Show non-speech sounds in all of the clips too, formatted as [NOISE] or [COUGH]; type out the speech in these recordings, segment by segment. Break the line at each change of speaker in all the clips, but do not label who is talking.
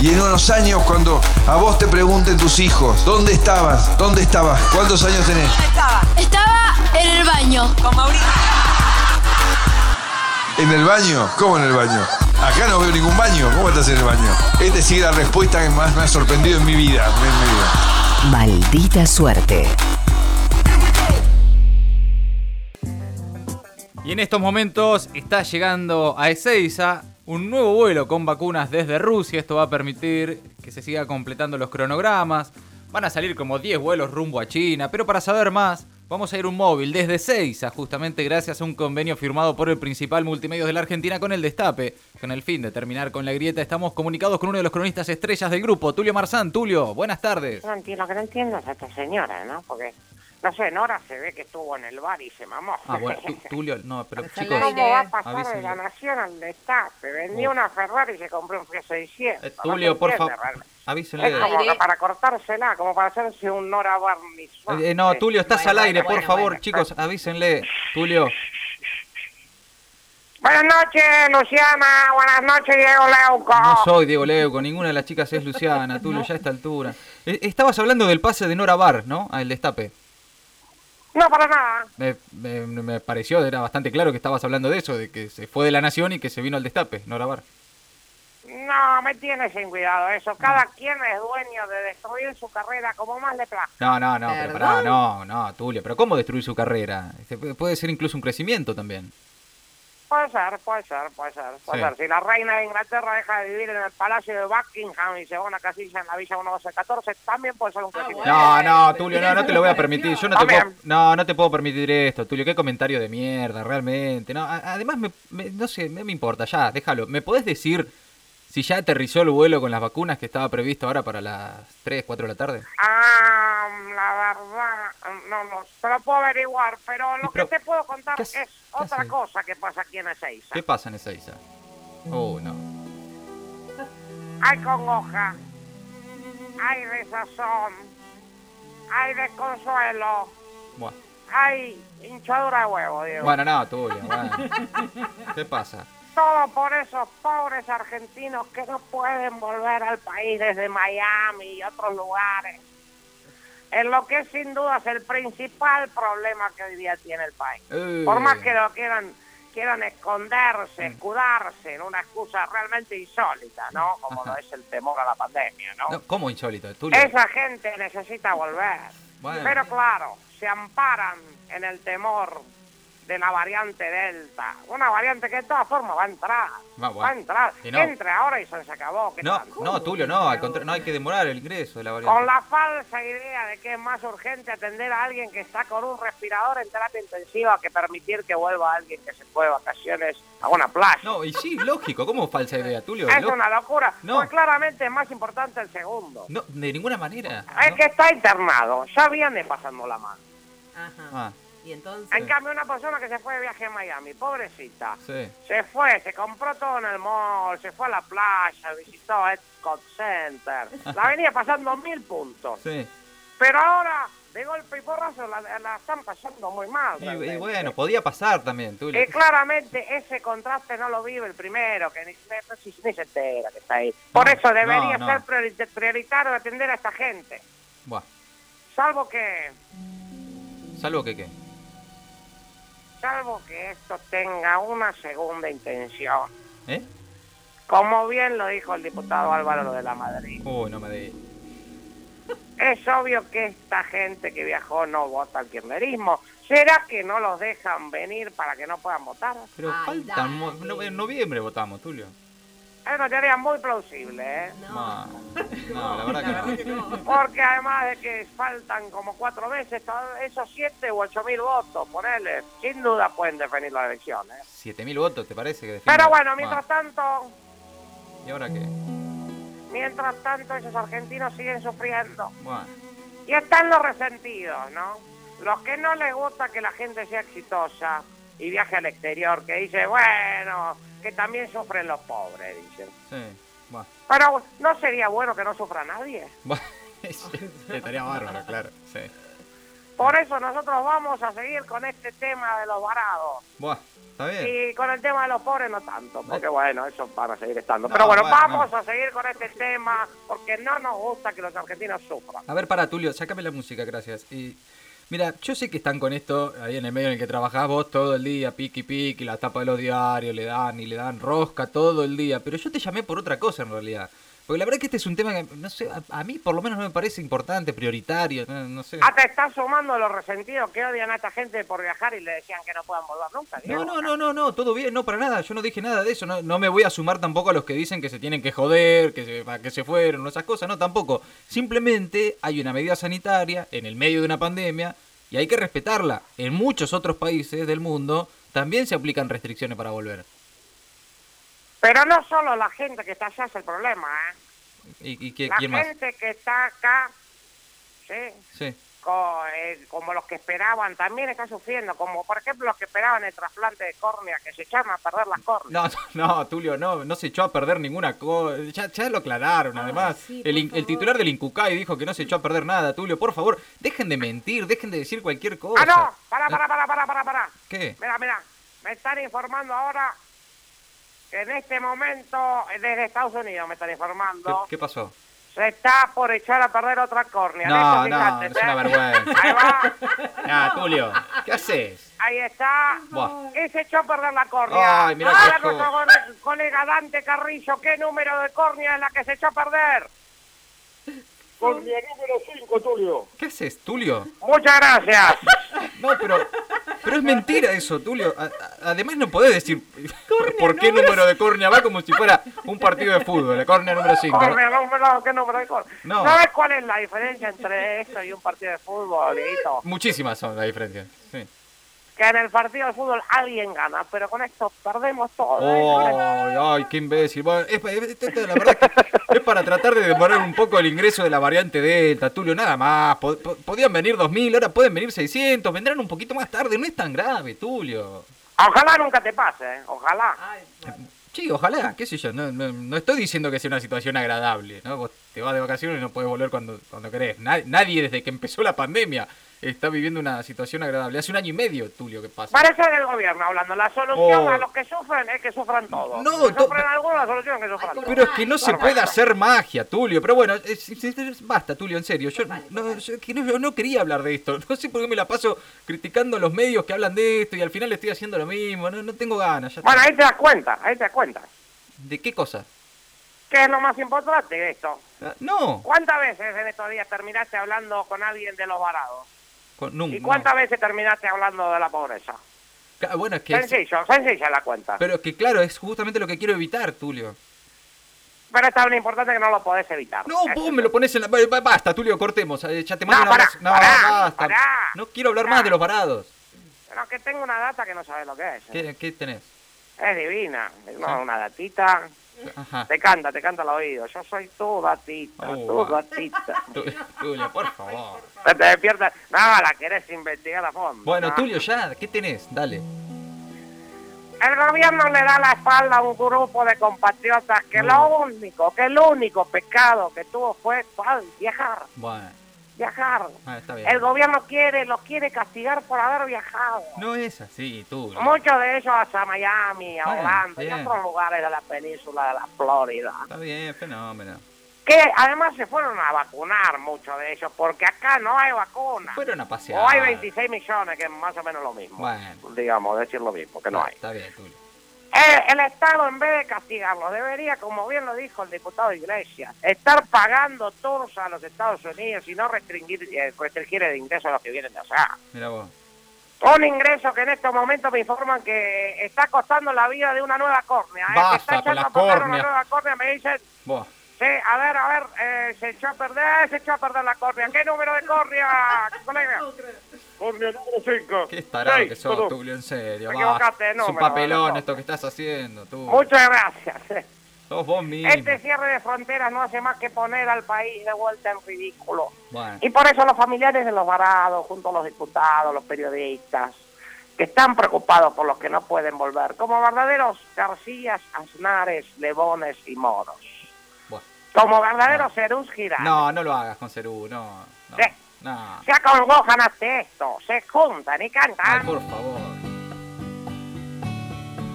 Y en unos años, cuando a vos te pregunten tus hijos, ¿dónde estabas? ¿Dónde estabas? ¿Cuántos años tenés?
¿Dónde estaba?
Estaba en el baño.
Con Mauricio.
¿En el baño? ¿Cómo en el baño? Acá no veo ningún baño. ¿Cómo estás en el baño? Esta es la respuesta que más me ha sorprendido en mi vida. En mi vida.
Maldita suerte.
Y en estos momentos está llegando a Ezeiza un nuevo vuelo con vacunas desde Rusia. Esto va a permitir que se siga completando los cronogramas. Van a salir como 10 vuelos rumbo a China, pero para saber más, vamos a ir un móvil desde Ezeiza, justamente gracias a un convenio firmado por el principal multimedios de la Argentina con el Destape. Con el fin de terminar con la grieta, estamos comunicados con uno de los cronistas estrellas del grupo, Tulio Marzán. Tulio, buenas tardes.
No entiendo, lo que no entiendo es a esta señora, ¿no? Porque, no sé, en horas se ve que estuvo en el bar y se mamó.
Ah, bueno, Tu- Tulio, no, pero
Está al
chicos,
[LAUGHS]
aire.
¿Cómo va a pasar de
avísenme.
la nación al destape? Vendió
Uf.
una Ferrari y se compró un F600.
Oh. Eh,
No
Tulio,
se
por
entiende
favor,
realmente.
avísenle.
Es como
Aire.
que para cortársela, como para hacerse un Nora Barney. Swanson.
Eh, eh, no, Tulio, estás
Ah, Bueno,
al aire,
bueno,
por favor,
bueno.
chicos, avísenle. Tulio,
[LAUGHS]
Buenas noches, Luciana. Buenas noches, Diego Leuco.
no soy Diego Leuco, ninguna de las chicas es Luciana, Tulio, ya a esta altura. Eh, estabas hablando del pase de Nora Bar, ¿no? Al destape.
No, para nada.
Eh, me- me pareció, era bastante claro que estabas hablando de eso, de que se fue de la nación y que se vino al destape, Nora Bar.
No, me tiene sin cuidado eso.
Ah.
Cada quien es dueño de destruir su carrera como más le plazca.
No, no, no, pero
¿Perdón?
pará, no, no, Tulio, pero ¿cómo destruir su carrera? Este, pu- Puede ser incluso un crecimiento también.
Puede ser, puede ser, puede ser, puede
Sí.
ser. Si la reina de Inglaterra deja de vivir en el palacio de Buckingham y se va a una casilla en la Villa 1214, también puede ser un crecimiento.
No,
eh,
no, Tulio, no, no te lo voy a permitir. Yo no te
También.
puedo, no, no te puedo permitir esto, Tulio. Qué comentario de mierda, realmente. No, a- además, me, me- no sé, me, me importa, ya, déjalo. ¿Me podés decir si ya aterrizó el vuelo con las vacunas que estaba previsto ahora para las 3, 4 de la tarde?
Ah, la verdad, no, no, se lo puedo averiguar, pero lo
Y pero,
que te puedo contar
¿qué
es
hace- qué
otra
hace?
cosa que pasa aquí en Ezeiza.
¿Qué pasa en esa isla? Oh, no.
Hay congoja, hay desazón, hay desconsuelo,
Buah.
hay hinchadura de huevo, Diego.
Bueno, no, Tulio, bueno. ¿Qué pasa?
Todo por esos pobres argentinos que no pueden volver al país desde Miami y otros lugares. En lo que sin duda es el principal problema que hoy día tiene el país.
Eh.
Por más que lo quieran, quieran esconderse, escudarse en una excusa realmente insólita, ¿no? Como lo es el temor a la pandemia, ¿no?
No, ¿Cómo insólito, Tulio?
Esa gente necesita volver.
Bueno.
Pero claro, se amparan en el temor de la variante Delta. Una variante que de todas formas va a entrar.
Va, bueno.
a entrar.
Y no.
Que entre ahora y se se acabó. ¿qué
No,
tal?
no, Tulio, no, al contrario, no hay que demorar el ingreso de la
Con
variante.
la falsa idea de que es más urgente atender a alguien que está con un respirador en terapia intensiva que permitir que vuelva alguien que se fue de vacaciones a una playa.
No, y sí, lógico, ¿cómo falsa idea, Tulio?
es
Lógico.
una locura.
No.
Pues claramente es más importante el segundo.
No, de ninguna manera.
Es
¿no?
que está internado. Ya viene pasando la mano.
Ajá.
Ah,
Y entonces.
En cambio, una persona que se fue de viaje a Miami, pobrecita,
sí.
se fue, se compró todo en el mall, se fue a la playa, visitó Epcot
[LAUGHS]
Center, la venía pasando mil puntos.
Sí.
Pero ahora, de golpe y porrazo, la, la están pasando muy mal.
Y, y
realmente.
bueno, podía pasar también, Tulio.
Y claramente ese contraste no lo vive el primero, que ni, ni- ni se entera que está ahí. Por
No,
eso debería
no, no.
ser priori- prioritario atender a esta gente.
Buah,
Salvo que
salvo que qué.
salvo que esto tenga una segunda intención.
¿Eh?
Como bien lo dijo el diputado Álvaro de la Madrid,
Uy, no me di.
es obvio que esta gente que viajó no vota al kirchnerismo. ¿Será que no los dejan venir para que no puedan votar?
Pero
Ay,
falta.
dale.
mo- no- en noviembre votamos, Tulio.
Es una teoría muy plausible, ¿eh?
Ma- No, la verdad que no.
Porque además de que faltan como cuatro meses, to- esos siete u ocho mil votos, ponele, sin duda pueden definir las elecciones.
7000 votos, ¿te parece que defiende?
Pero bueno,
Ma,
mientras tanto,
¿Y ahora qué?
mientras tanto esos argentinos siguen sufriendo.
Bueno,
Y están los resentidos, ¿no? Los que no les gusta que la gente sea exitosa y viaje al exterior, que dice, bueno, que también sufren los pobres, dicen.
sí. Bueno.
Pero no
[LAUGHS]
sería bueno que no sufra nadie.
Bueno, sí, Estaría bárbaro, claro. Sí.
Por eso nosotros vamos a seguir con este tema de los varados.
Buah, está bien.
Y con el tema de los pobres no tanto, porque bueno, esos van a seguir estando.
No,
Pero bueno,
bueno,
vamos
no.
a seguir con este tema porque no nos gusta que los argentinos sufran.
A ver, para Tulio, sácame la música, gracias. Y mira, yo sé que están con esto ahí en el medio en el que trabajás vos todo el día, piqui piqui, la tapa de los diarios, le dan y le dan rosca todo el día. Pero yo te llamé por otra cosa en realidad. Porque la verdad que este es un tema que, no sé, a, a mí por lo menos no me parece importante, prioritario, no, no sé.
Ah, te estás sumando los resentidos que odian a esta gente por viajar y le decían que no puedan volver nunca.
No,
Diego.
no, no, no, no, todo bien, no, para nada, yo no dije nada de eso, no, no me voy a sumar tampoco a los que dicen que se tienen que joder, que se, para que se fueron, esas cosas, no, tampoco. Simplemente hay una medida sanitaria en el medio de una pandemia y hay que respetarla. En muchos otros países del mundo también se aplican restricciones para volver.
Pero no solo la gente que está allá es el problema, ¿eh?
¿Y, y qué-
La
quién más?
gente que está acá, ¿sí?
Sí.
co- eh, como los que esperaban, también está sufriendo, como por ejemplo los que esperaban el trasplante de córnea, que se echan a perder las córneas.
No, no, Tulio, no, no se echó a perder ninguna cosa. Ya, ya lo aclararon, además. el, in- el titular del Incucay dijo que no se echó a perder nada, Tulio. Por favor, dejen de mentir, dejen de decir cualquier cosa.
¡Ah, no! ¡Para, para, para, para, para! para.
¿Qué?
Mira, mira, me están informando ahora que en este momento, eh, desde Estados Unidos me están
¿Qué,
informando,
qué pasó?
se está por echar a perder otra córnea.
No,
De
no, es
estos
una
gigantes, ¿eh?
vergüenza.
Ahí va,
Ah, Tulio, ¿qué haces?
ahí está.
Buah.
Y se echó a perder la córnea.
Ay, mirá
Ahora
qué
nuestro cole- colega Dante Carrillo, ¿qué número de córnea es la que se echó a perder?
Córnea número 5, Tulio.
¿Qué haces, Tulio?
Muchas gracias.
No, pero, pero es mentira eso, Tulio. A- a- además no podés decir por qué número de córnea va como si fuera un partido de fútbol, la córnea número 5.
Córnea, número, ¿qué número de córnea?
No.
¿Sabes cuál es la diferencia entre esto y un partido de fútbol, Dieguito?
Muchísimas son las diferencias. Sí.
que en el partido de fútbol alguien gana, pero con esto perdemos todo. ¿eh?
Oh, ay, qué imbécil. Bueno, es, pa- es- esto, la verdad que es para tratar de demorar un poco el ingreso de la variante Delta, Tulio, nada más. Po- po- podían venir 2.000, ahora pueden venir 600, vendrán un poquito más tarde, no es tan grave, Tulio.
Ojalá nunca te pase, ¿eh? ojalá.
Sí, ojalá, qué sé yo, no, no- no estoy diciendo que sea una situación agradable, ¿no? Vos te vas de vacaciones y no puedes volver cuando, cuando querés. Na- nadie desde que empezó la pandemia está viviendo una situación agradable. Hace un año y medio, Tulio, que pasa.
Parece del gobierno hablando. La solución
Oh.
a los que sufren es que sufran todos.
No,
si
to-
sufren algunos, la solución es que sufran todos.
Pero es que no se puede hacer magia, Tulio. Pero bueno, es- es- es- basta, Tulio, en serio. Yo no, yo que no- yo no quería hablar de esto. [LAUGHS] No sé por qué me la paso criticando a los medios que hablan de esto y al final estoy haciendo lo mismo. No, no tengo ganas. ya está.
Bueno, ahí te das cuenta, ahí te das cuenta.
¿De qué cosa?
¿Qué es lo más importante de esto?
Ah, No.
¿Cuántas veces en estos días terminaste hablando con alguien de los varados?
Con- no,
¿Y
no.
cuántas veces terminaste hablando de la pobreza?
Ca- Bueno, es que...
Sencillo, sencilla la cuenta.
Pero es que claro, es justamente lo que quiero evitar, Tulio.
Pero es tan importante que no lo podés evitar.
No,
Ese
vos
es
me lo pones en la... ba- ba- Basta, Tulio, cortemos. eh, Ya te mando una...
No, pará,
No,
pará,
basta.
pará.
No quiero hablar más de los varados.
Pero que tengo una data que no sabes lo que es. ¿eh?
¿Qué, Ah. qué tenés?
Es divina. No, una datita.
Ajá.
Te canta, te canta al oído. Yo soy tu datita,
Oh,
tu
va.
datita.
Tu- [LAUGHS] Tulio, por favor.
Te despiertas. No, la querés investigar a fondo.
Bueno,
no.
Tulio, ya, ¿qué tenés? Dale.
El gobierno le da la espalda a un grupo de compatriotas que lo único, que el único pecado que tuvo fue ay, viajar,
Bueno,
viajar.
ah, está bien.
El gobierno quiere, los quiere castigar por haber viajado.
No es así, Tulio.
Muchos de ellos hacia Miami, a
Bueno,
Orlando y
Ah, bien.
otros lugares de la península de la Florida.
Está bien, fenómeno.
que además se fueron a vacunar muchos de ellos, porque acá no hay vacuna.
Fueron a pasear.
O hay 26 millones, que es más o menos lo mismo.
Bueno.
Digamos, decir lo mismo, que no hay.
Está bien, Tulio.
Eh, El, Estado, en vez de castigarlos, debería, como bien lo dijo el diputado Iglesias, estar pagando tours a los Estados Unidos y no restringir, eh, restringir el ingreso a los que vienen de allá.
Mira vos.
Un ingreso que en estos momentos me informan que está costando la vida de una nueva córnea. eh, que
Basta
está
con
echando
la
a perder
córnea.
Una nueva córnea, me dicen,
Vos.
Sí, a ver, a ver, eh, se echó a perder, se echó a perder la córnea. ¿Qué número de córnea, colega?
Córnea número 5.
Qué tarado que sos,
perdón.
Tulio, en serio.
Te
basta.
equivocaste de
es un
número,
papelón
no.
esto que estás haciendo, Tulio.
Muchas gracias.
Sos vos mismo.
Este cierre de fronteras no hace más que poner al país de vuelta en ridículo.
Bueno.
Y por eso los familiares de los varados, junto a los diputados, los periodistas, que están preocupados por los que no pueden volver, como verdaderos Garcías, Aznares, Levones y Moros.
Bueno.
Como verdaderos Cerús Girán.
No, no lo hagas con Cerú, no. no.
Sí,
No.
Se acongojan ante esto, se juntan y
Ay,
cantan.
por favor.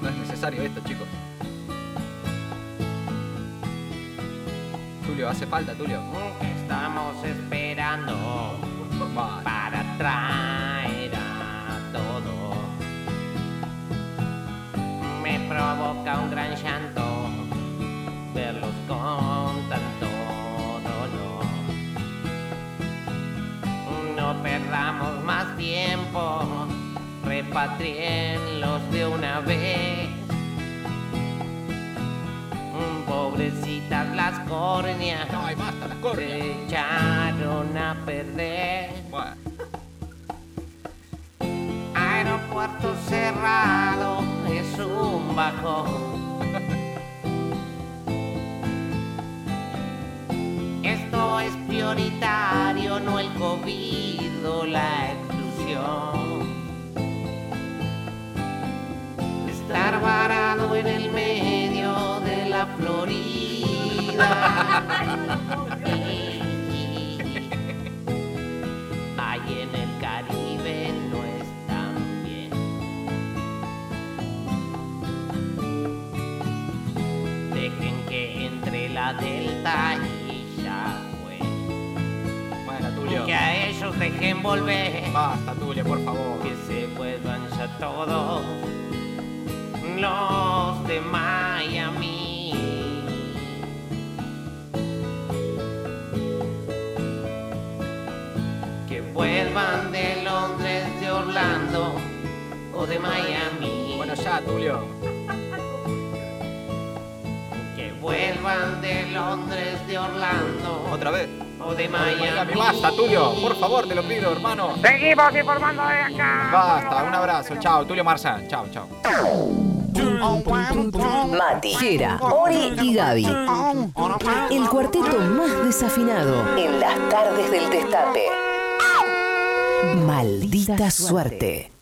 No es necesario esto, chicos. Tulio, hace falta, Tulio.
Estamos esperando
Va.
para traer a todo. Me provoca un gran llanto verlos con tanto dolor. No perdamos más tiempo, repatrienlos de una vez. Pobrecitas las córneas
No, hay basta, las corrias.
se echaron a perder.
Bueno,
Aeropuerto cerrado es un bajón. Esto es prioritario, no el COVID o la exclusión. Estar varado en el medio de la Florida. Ahí en el Caribe no es tan bien. Dejen que entre la Delta y ya fue.
bueno, Tulio.
Que a ellos dejen volver.
Basta, Tulio, por favor.
Que se vuelvan ya todos los de Miami. Que vuelvan de Londres, de Orlando o de Miami.
Bueno, ya, Tulio.
Que vuelvan de Londres, de Orlando
Otra vez.
o de
Miami,
Miami.
basta, Tulio. Por favor, te lo pido, hermano.
Seguimos informando de acá.
Basta, un abrazo. Chao, Tulio Marzán. Chao, chao.
Mati, Jera, Ori y Gaby. El cuarteto más desafinado en las tardes del destape. Maldita suerte.